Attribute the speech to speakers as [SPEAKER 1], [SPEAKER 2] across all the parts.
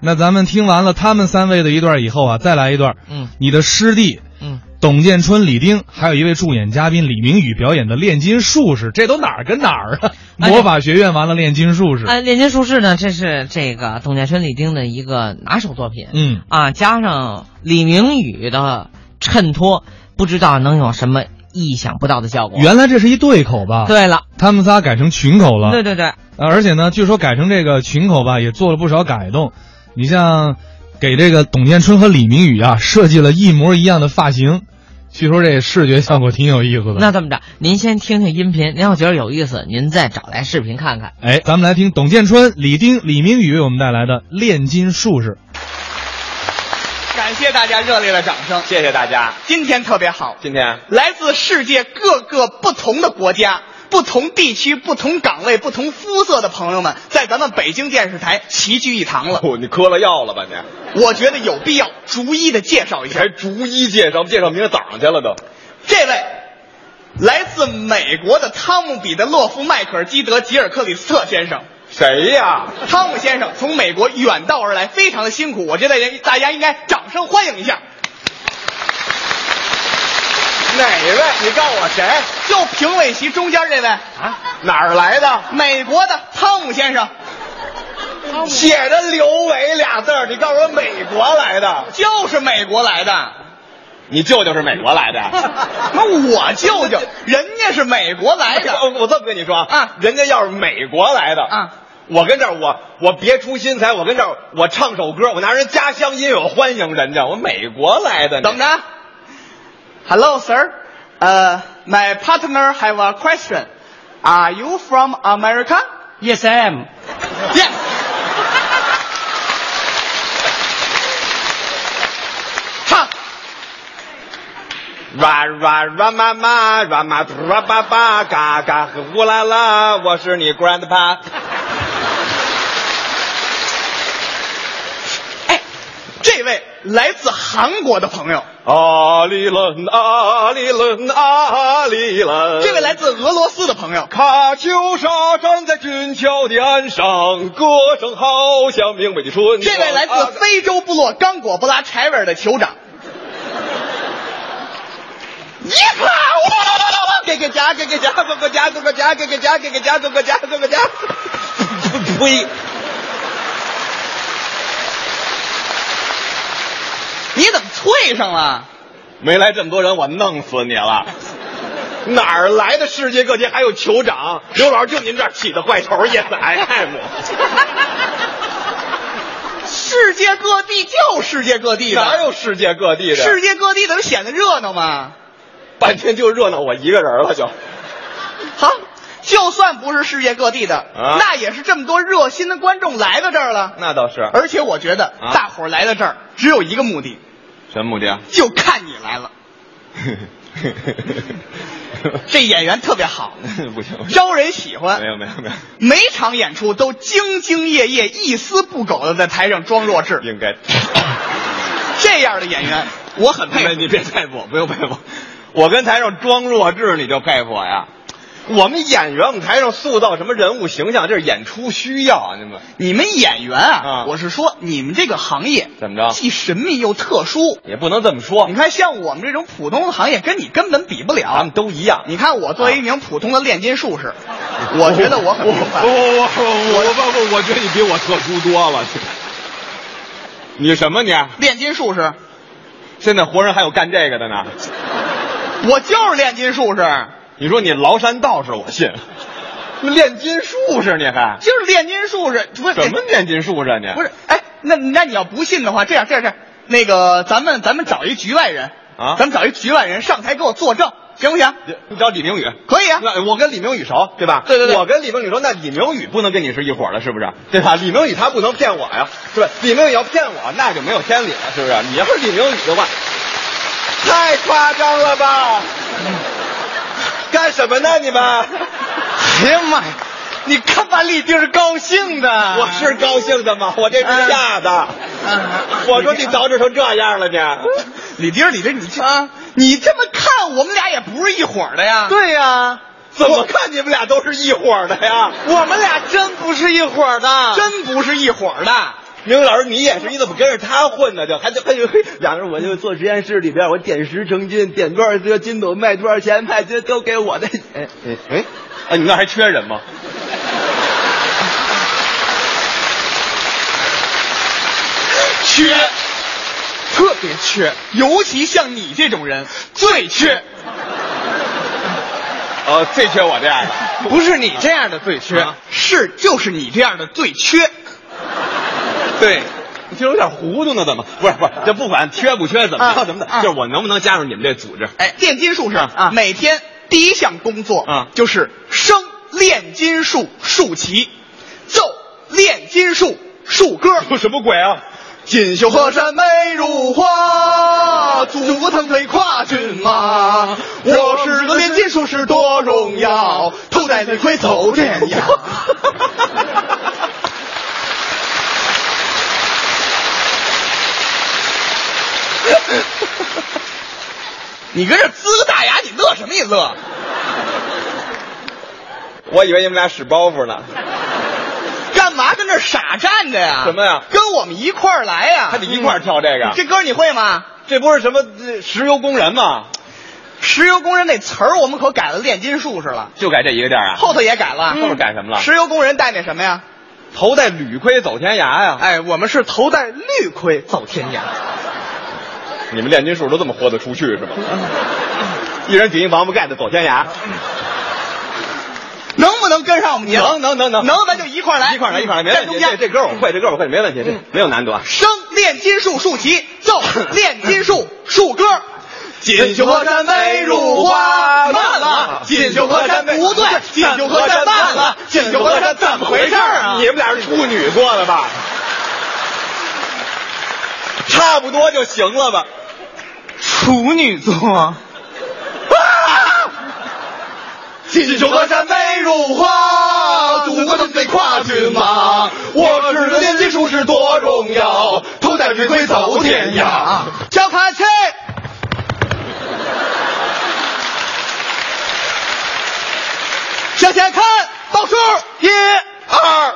[SPEAKER 1] 那咱们听完了他们三位的一段以后啊，再来一段，
[SPEAKER 2] 嗯
[SPEAKER 1] 你的师弟
[SPEAKER 2] 嗯，
[SPEAKER 1] 董建春、李丁，还有一位助演嘉宾李明宇表演的炼金术士，这都哪儿跟哪儿啊？
[SPEAKER 2] 哎
[SPEAKER 1] 魔法学院完了炼金术士，
[SPEAKER 2] 啊，炼金术士呢，这是这个董建春、李丁的一个拿手作品，
[SPEAKER 1] 嗯，
[SPEAKER 2] 啊，加上李明宇的衬托，不知道能有什么意想不到的效果。
[SPEAKER 1] 原来这是一对口吧？，
[SPEAKER 2] 对了，
[SPEAKER 1] 他们仨改成群口了。
[SPEAKER 2] 啊对对对，
[SPEAKER 1] 呃而且呢，据说改成这个群口吧，也做了不少改动。你像给这个董建春和李明宇啊设计了一模一样的发型，据说这视觉效果挺有意思的。
[SPEAKER 2] 那这么着，您先听听音频，您要觉得有意思，您再找来视频看看。
[SPEAKER 1] 哎，咱们来听董建春、李丁、李明宇为我们带来的炼金术士。
[SPEAKER 3] 感谢大家热烈的掌声。
[SPEAKER 4] 谢谢大家。
[SPEAKER 3] 今天特别好，
[SPEAKER 4] 今天
[SPEAKER 3] 来自世界各个不同的国家、不同地区、不同岗位、不同肤色的朋友们，在咱们北京电视台齐聚一堂了。
[SPEAKER 4] 哦，你嗑了药了吧你？
[SPEAKER 3] 我觉得有必要逐一的介绍一
[SPEAKER 4] 你
[SPEAKER 3] 下
[SPEAKER 4] 还逐一介绍，介绍明儿早上去了都。
[SPEAKER 3] 这位。来自美国的汤姆·彼得洛夫·迈克尔·基德·吉尔克里斯特先生，
[SPEAKER 4] 谁呀？
[SPEAKER 3] 汤姆先生从美国远道而来，非常的辛苦，我觉得大家大家应该掌声欢迎一下。
[SPEAKER 4] 哪位？你告诉我谁？
[SPEAKER 3] 就评委席中间这位，
[SPEAKER 4] 哪儿来的？
[SPEAKER 3] 美国的汤姆先生，
[SPEAKER 4] 写着“刘伟”俩字儿，你告诉我美国来的？
[SPEAKER 3] 就是美国来的。
[SPEAKER 4] 你舅舅是美国来的？
[SPEAKER 3] 那我舅舅，人家是美国来的
[SPEAKER 4] 我我这么跟你说
[SPEAKER 3] 啊
[SPEAKER 4] 人家要是美国来的
[SPEAKER 3] 啊，
[SPEAKER 4] 我跟这儿我我别出心裁，我跟这儿我唱首歌，我拿人家乡音乐我欢迎人家，我美国来的。
[SPEAKER 3] 等着啊。Hello, sir. Uh, my partner have a question. Are you from America?
[SPEAKER 5] Yes, I am.
[SPEAKER 3] Yes. Ha.
[SPEAKER 4] ra ra ra 妈妈，ra 妈 ra 爸爸，嘎嘎和呼啦啦，我是你 grandpa。
[SPEAKER 3] 哎，这位来自韩国的朋友，
[SPEAKER 4] 阿里伦阿里伦阿里伦，
[SPEAKER 3] 这位来自俄罗斯的朋友，
[SPEAKER 4] 喀秋莎站在俊俏的岸上，歌声好像明媚的春
[SPEAKER 3] 这
[SPEAKER 4] 天。
[SPEAKER 3] 位来
[SPEAKER 4] 啊
[SPEAKER 3] 自非洲部落刚果布拉柴维尔的酋长。你好，
[SPEAKER 4] 给个家，给个家，给个家，给个家，给个家，给个家，给个家，给个家。呸！
[SPEAKER 3] 你怎么脆上了？
[SPEAKER 4] 没来这么多人，我弄死你了！哪儿来的世界各地还有酋长？刘老师，就您这儿起的坏头 yes I am。
[SPEAKER 3] 世界各地就世界各地的，
[SPEAKER 4] 哪有世界各地的？
[SPEAKER 3] 世界各地的都显得热闹嘛？
[SPEAKER 4] 半天就热闹我一个人了就，
[SPEAKER 3] 好，就算不是世界各地的，
[SPEAKER 4] 啊
[SPEAKER 3] 那也是这么多热心的观众来到这儿了。
[SPEAKER 4] 那倒是
[SPEAKER 3] 而且我觉得
[SPEAKER 4] 啊
[SPEAKER 3] 大伙儿来到这儿只有一个目的，
[SPEAKER 4] 什么目的啊？
[SPEAKER 3] 就看你来了。这演员特别 好，
[SPEAKER 4] 不行，
[SPEAKER 3] 招人喜欢。
[SPEAKER 4] 没有没有没有，
[SPEAKER 3] 每场演出都兢兢业业、一丝不苟的在台上装弱智，
[SPEAKER 4] 应该。
[SPEAKER 3] 这样的演员我很佩
[SPEAKER 4] 没
[SPEAKER 3] 服。
[SPEAKER 4] 你别佩服我，不用佩服，我跟台上装弱智，你就佩服我呀？我们演员，我们台上塑造什么人物形象，这是演出需要啊，你们
[SPEAKER 3] 你们演员啊，
[SPEAKER 4] 啊
[SPEAKER 3] 我是说你们这个行业
[SPEAKER 4] 怎么着
[SPEAKER 3] 既神秘又特殊。
[SPEAKER 4] 也不能这么说啊
[SPEAKER 3] 你，看，像我们这种普通的行业，跟你根本比不
[SPEAKER 4] 咱们
[SPEAKER 3] 了。
[SPEAKER 4] 都啊一样。
[SPEAKER 3] 你看，我作为一名普通的炼金术士，我觉得我很
[SPEAKER 4] 我我
[SPEAKER 3] 平凡。
[SPEAKER 4] 我我我我我觉得你比我特殊多了。 你什么你？啊
[SPEAKER 3] 炼金术士，
[SPEAKER 4] 现在活人还有干这个的呢？
[SPEAKER 3] 我就是炼金术士，
[SPEAKER 4] 你说你崂山道士，我信。 炼金术士，你 还
[SPEAKER 3] 就是炼金术士。不是哎
[SPEAKER 4] 什么炼金术士啊你？
[SPEAKER 3] 不是，哎，那那你要不信的话，这样这样这样，那个咱们咱们找一局外人
[SPEAKER 4] 啊
[SPEAKER 3] 咱们找一局外人上台给我作证，行不行？
[SPEAKER 4] 你，你找李明宇。
[SPEAKER 3] 可以啊，
[SPEAKER 4] 那我跟李明宇熟，对吧？
[SPEAKER 3] 对对对
[SPEAKER 4] 我跟李明宇说，那李明宇不能跟你是一伙的，是不是？对吧？李明宇他不能骗我呀，是吧？李明宇要骗我，那就没有天理了，是不是？你要是李明宇的话，太夸张了吧？干什么呢你们？
[SPEAKER 3] 哎呀妈呀，你看把李丁是高兴的，
[SPEAKER 4] 我是高兴的吗？我
[SPEAKER 3] 嗯
[SPEAKER 4] 这是吓的。
[SPEAKER 3] 啊
[SPEAKER 4] 我说你捯饬成这样了呢？
[SPEAKER 3] 李丁李丁，你这、啊你这么看，我们俩也不是一伙儿的呀。，
[SPEAKER 5] 对呀、
[SPEAKER 4] 怎么看你们俩都是一伙的呀？啊
[SPEAKER 5] 我们俩真不是一伙儿的。
[SPEAKER 3] 真不是一伙儿的。
[SPEAKER 4] 明明老师，你也是，你怎么跟着他混呢？就还就还就嘿两个人，我就坐实验室里边，我点石成金，点多少颗金斗卖多少钱，卖这都给我的。哎哎哎，啊，你那还缺人吗？
[SPEAKER 3] 缺，特别缺，尤其像你这种人最缺，
[SPEAKER 4] 呃，最缺我这 样的。
[SPEAKER 3] 不是你这样的最缺，
[SPEAKER 4] 啊
[SPEAKER 3] 是就是你这样的最缺。
[SPEAKER 4] 对，你这有点糊涂呢，怎么？不是不是，这不管缺不缺，怎么着
[SPEAKER 3] 啊
[SPEAKER 4] 怎么的，
[SPEAKER 3] 啊
[SPEAKER 4] 就是我能不能加入你们这组织？
[SPEAKER 3] 哎，炼金术士
[SPEAKER 4] 啊
[SPEAKER 3] 每天第一项工作
[SPEAKER 4] 啊
[SPEAKER 3] 就是升炼金术术旗，奏炼金术术歌。
[SPEAKER 4] 什么鬼啊？
[SPEAKER 3] 锦绣河山美如画，祖国腾飞跨骏马。我是个炼金术士，多荣耀，头戴绿盔走 天涯。 你跟这呲个大牙，你乐什么？你乐？
[SPEAKER 4] 我以为你们俩使包袱呢，
[SPEAKER 3] 干嘛跟这傻站着呀？
[SPEAKER 4] 什么呀
[SPEAKER 3] 跟我们一块儿来呀！嗯
[SPEAKER 4] 还得一块儿跳这个。
[SPEAKER 3] 这歌你会吗？
[SPEAKER 4] 这不是什么呃石油工人吗？
[SPEAKER 3] 石油工人那词儿我们可改了炼金术士了，
[SPEAKER 4] 就改这一个地儿啊？
[SPEAKER 3] 后头也改了。
[SPEAKER 4] 后面改什么了
[SPEAKER 3] 石油工人戴那什么呀？
[SPEAKER 4] 头戴铝盔走天涯呀！
[SPEAKER 3] 哎，我们是头戴绿盔走天涯。
[SPEAKER 4] 嗯你们炼金术都这么豁得出去是吗？
[SPEAKER 3] 嗯
[SPEAKER 4] 一人顶一王八盖子走天涯，
[SPEAKER 3] 能不能跟上我们节奏？
[SPEAKER 4] 能能能能
[SPEAKER 3] 能，咱就一块儿来，
[SPEAKER 4] 一块儿来一块儿来，没
[SPEAKER 3] 站
[SPEAKER 4] 问题。
[SPEAKER 3] 中
[SPEAKER 4] 这
[SPEAKER 3] 间，嗯
[SPEAKER 4] 这歌我会，这歌我会，没问题，这没有难度啊。
[SPEAKER 3] 升炼金术竖旗，奏炼金 术竖歌。锦绣河山美如画，慢了。锦绣河山不对，锦绣河山慢了。锦绣河山怎么回事儿啊
[SPEAKER 4] 你？们俩是处女座的吧？差不多就行了吧？
[SPEAKER 3] 处女座。锦绣河山美如画，祖国腾飞跨骏马。我是个炼金术士多荣耀，头戴绿盔走天涯。小卡切，向前看，倒数一二。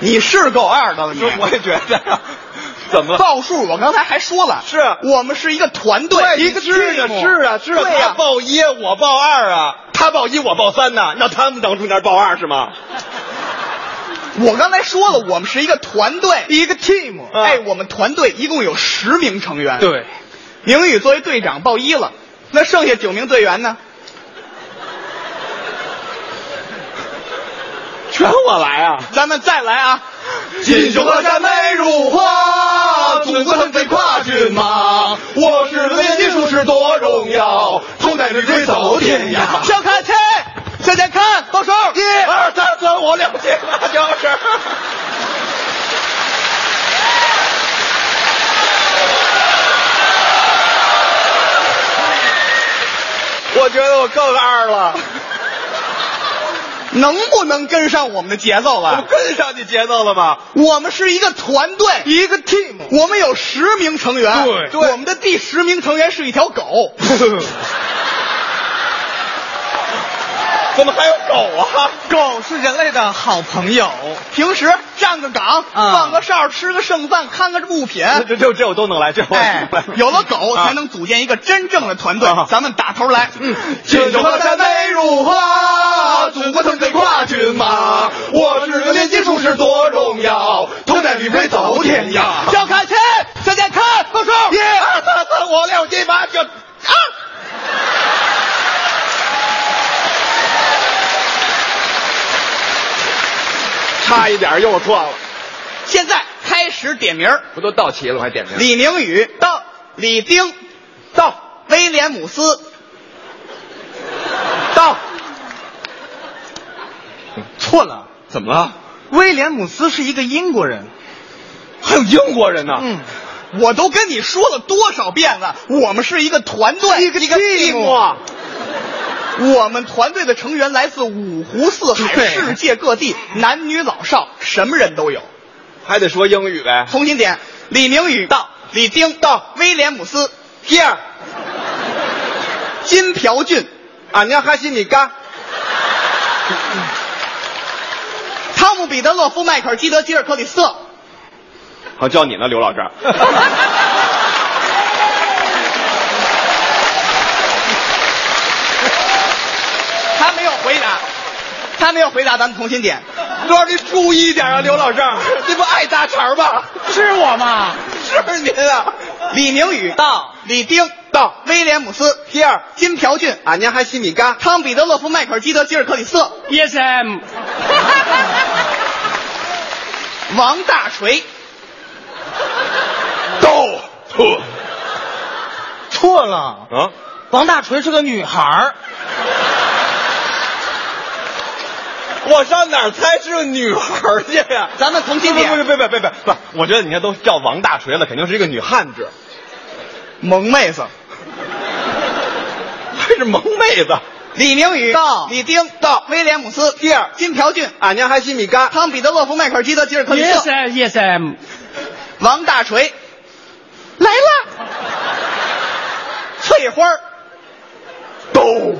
[SPEAKER 3] 你是够二的了，你
[SPEAKER 4] 是我也觉 得，怎 么了？
[SPEAKER 3] 报数，我刚才还说了，
[SPEAKER 4] 是啊
[SPEAKER 3] 我们是一个团队，一个
[SPEAKER 4] 是啊
[SPEAKER 3] team
[SPEAKER 4] 是啊是啊，
[SPEAKER 3] 对
[SPEAKER 4] 他
[SPEAKER 3] 呀、
[SPEAKER 4] 报一我报二啊，他报一我报三呐、那他们当初那儿报二是吗？
[SPEAKER 3] 我刚才说了，我们是一个团队，一个 team
[SPEAKER 4] 啊
[SPEAKER 3] 哎，我们团队一共有十名成员，，
[SPEAKER 4] 对，
[SPEAKER 3] 明宇作为队长报一了，那剩下九名队员呢？
[SPEAKER 4] 全我来啊！
[SPEAKER 3] 咱们再来啊！锦绣河山美如画，祖国腾飞跨骏马。我是个炼金术士多荣耀，头戴绿盔走天涯。向看齐，向前看，啊报数，一
[SPEAKER 4] 二三四五六七八九十。我觉得我更二了，
[SPEAKER 3] 能不能跟上我们的节奏
[SPEAKER 4] 我
[SPEAKER 3] 了？
[SPEAKER 4] 跟上你节奏了吗？
[SPEAKER 3] 我们是一个团队，一个 team，我们有十名成员。
[SPEAKER 4] 对
[SPEAKER 3] 对，我们的第十名成员是一条狗。
[SPEAKER 4] 怎么还有狗啊？
[SPEAKER 3] 狗是人类的好朋友，啊平时站个岗，放个哨，吃个剩饭，看个物品。
[SPEAKER 4] 这这这我都能来，这我
[SPEAKER 3] 哎，有了狗
[SPEAKER 4] 啊
[SPEAKER 3] 才能组建一个真正的团队
[SPEAKER 4] 啊。
[SPEAKER 3] 咱们打头来，嗯，
[SPEAKER 4] 锦绣河山
[SPEAKER 3] 美如画，祖国腾飞跨骏马。我是个炼金术士，多荣耀，头戴绿盔走天涯。向看齐，向前看，报数，一二三四五六七八九。啊！
[SPEAKER 4] 差一点又错了，
[SPEAKER 3] 现在开始点名儿，
[SPEAKER 4] 不都到齐了还点名？
[SPEAKER 3] 李明宇到，李丁到，威廉姆斯到。错了，
[SPEAKER 4] 怎么了？
[SPEAKER 3] 威廉姆斯是一个英国人。
[SPEAKER 4] 还有英国人呢？
[SPEAKER 3] 嗯，我都跟你说了多少遍了，我们是一个团队，一个一个 team。我们团队的成员来自五湖四海，
[SPEAKER 4] 对
[SPEAKER 3] 世界各地，男女老少，什么人都有。
[SPEAKER 4] 还得说英语呗。
[SPEAKER 3] 重新点，李明宇到，李丁到，威廉姆斯 here，金朴俊，啊
[SPEAKER 4] 啊俺家哈西米嘎，
[SPEAKER 3] 汤姆姆、彼得、洛夫、迈克尔、基德、吉尔、克里斯特。
[SPEAKER 4] 好，叫你呢，刘老师。
[SPEAKER 3] 他没有回答，他没有回答咱们同心点。
[SPEAKER 4] 刘老师，你注意点啊，刘老师， 这不爱搭茬吗？
[SPEAKER 3] 是我吗？
[SPEAKER 4] 是您啊，
[SPEAKER 3] 李明宇
[SPEAKER 4] 到，
[SPEAKER 3] 李丁
[SPEAKER 4] 到，
[SPEAKER 3] 威廉姆斯
[SPEAKER 4] 第二，
[SPEAKER 3] 金朴俊，啊
[SPEAKER 4] 俺娘还西米嘎，
[SPEAKER 3] 汤彼得勒夫、迈克尔基德、吉尔克里斯特，
[SPEAKER 2] Yes, I'm。
[SPEAKER 3] 王大锤，
[SPEAKER 4] 到错
[SPEAKER 2] 错了，
[SPEAKER 4] 啊，
[SPEAKER 2] 王大锤是个女孩儿。
[SPEAKER 4] 我上哪儿猜是个女孩儿去呀？
[SPEAKER 3] 咱们同
[SPEAKER 4] 不
[SPEAKER 3] 心
[SPEAKER 4] 不
[SPEAKER 3] 点
[SPEAKER 4] 不不不不不，我觉得你看都叫王大锤了，肯定是一个女汉子，
[SPEAKER 3] 萌妹子，
[SPEAKER 4] 还是萌妹子。
[SPEAKER 3] 李明宇
[SPEAKER 4] 到
[SPEAKER 3] 李丁到，威廉姆斯
[SPEAKER 4] 第二
[SPEAKER 3] 金朴俊，
[SPEAKER 4] 俺娘还西米嘎，
[SPEAKER 3] 汤彼得勒夫、迈克尔基德、吉尔克里
[SPEAKER 2] Yes,
[SPEAKER 3] 斯特，
[SPEAKER 2] I- Yes, I'm。
[SPEAKER 3] 王大锤，来了，翠花儿，
[SPEAKER 4] 都，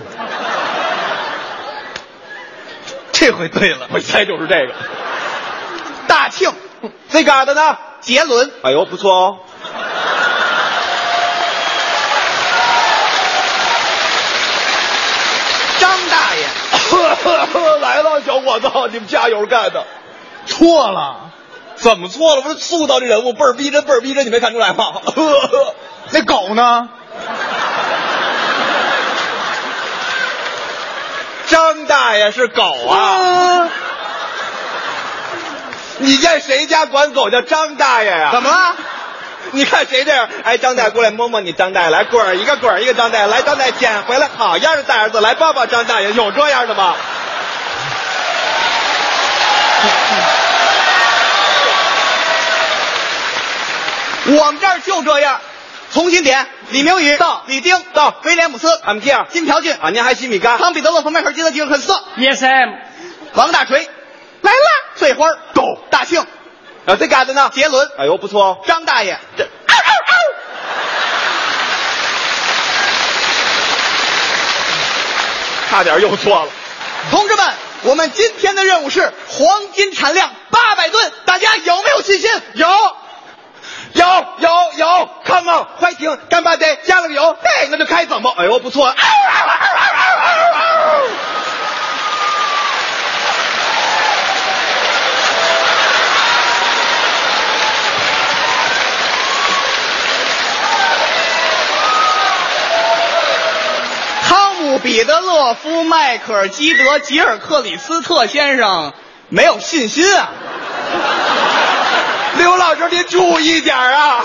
[SPEAKER 3] 这回对了，
[SPEAKER 4] 我猜就是这个。
[SPEAKER 3] 大庆，
[SPEAKER 4] 这嘎达呢？
[SPEAKER 3] 杰伦，
[SPEAKER 4] 哎呦，不错哦。
[SPEAKER 3] 张大爷，
[SPEAKER 4] 来了，小伙子，你们加油干的。
[SPEAKER 2] 错了，
[SPEAKER 4] 怎么错了？不是塑造这人物倍儿逼真，倍儿逼真，你没看出来吗？
[SPEAKER 2] 那狗呢？
[SPEAKER 4] 张大爷是狗
[SPEAKER 2] 嗯
[SPEAKER 4] 啊！你见谁家管狗叫张大爷呀、
[SPEAKER 3] 怎么了？
[SPEAKER 4] 你看谁这样？哎，张大爷过来摸摸你，张大爷来滚儿一个滚儿一个，张大爷来，张大爷捡回来，好样的，大儿子来抱抱张大爷，有这样的吗？
[SPEAKER 3] 我们这儿就这样，同心点，李明宇
[SPEAKER 4] 到
[SPEAKER 3] 李丁
[SPEAKER 4] 到
[SPEAKER 3] 威廉姆斯
[SPEAKER 4] 俺们这样，
[SPEAKER 3] 金朴俊
[SPEAKER 4] 俺娘还西米干，
[SPEAKER 3] 汤彼得勒夫、迈克尔基德、吉尔克里斯特，
[SPEAKER 2] Yes, I'm。
[SPEAKER 3] 王大锤，来了，翠花儿
[SPEAKER 4] 狗
[SPEAKER 3] 大庆，
[SPEAKER 4] 啊，这嘎达呢？
[SPEAKER 3] 杰伦，
[SPEAKER 4] 哎呦，不错哦。
[SPEAKER 3] 张大爷，这
[SPEAKER 4] 差点又错了。
[SPEAKER 3] 同志们，我们今天的任务是黄金产量八百吨，大家有没有信心？有，
[SPEAKER 4] 有有有，Come on，快停，干巴爹，加了个油，嘿，那就开整吧。哎呦，不错。 嗷嗷嗷嗷嗷嗷嗷
[SPEAKER 3] 汤姆·彼得勒夫、迈克尔·基德、吉尔克里斯特先生没有信心啊！
[SPEAKER 4] 刘老师，您注意点啊！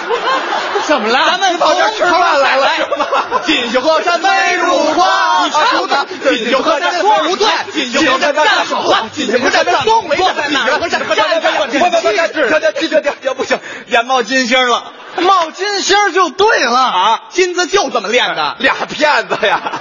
[SPEAKER 2] 怎么了？
[SPEAKER 3] 咱们
[SPEAKER 4] 跑这儿吃饭来了是吗？
[SPEAKER 3] 锦绣河山美如画，
[SPEAKER 4] 你唱的
[SPEAKER 3] 锦绣河山不对，
[SPEAKER 4] 锦
[SPEAKER 3] 绣
[SPEAKER 4] 绣
[SPEAKER 3] 河
[SPEAKER 4] 河
[SPEAKER 3] 山
[SPEAKER 4] 山
[SPEAKER 3] 战
[SPEAKER 4] 战好汉，
[SPEAKER 3] 锦
[SPEAKER 4] 锦
[SPEAKER 3] 绣河
[SPEAKER 4] 绣河
[SPEAKER 3] 山
[SPEAKER 4] 山
[SPEAKER 3] 战
[SPEAKER 4] 壮伟
[SPEAKER 3] 在
[SPEAKER 4] 在
[SPEAKER 3] 哪
[SPEAKER 4] 哪
[SPEAKER 3] 儿？锦
[SPEAKER 4] 儿？锦
[SPEAKER 3] 绣
[SPEAKER 4] 绣
[SPEAKER 3] 河
[SPEAKER 4] 河
[SPEAKER 3] 山
[SPEAKER 4] 山
[SPEAKER 3] 战
[SPEAKER 4] 战
[SPEAKER 3] 勇气
[SPEAKER 4] 停停停停停停，不行，眼冒金星了，
[SPEAKER 3] 冒金星就对了啊！金子就这么练的。
[SPEAKER 4] 俩骗子呀！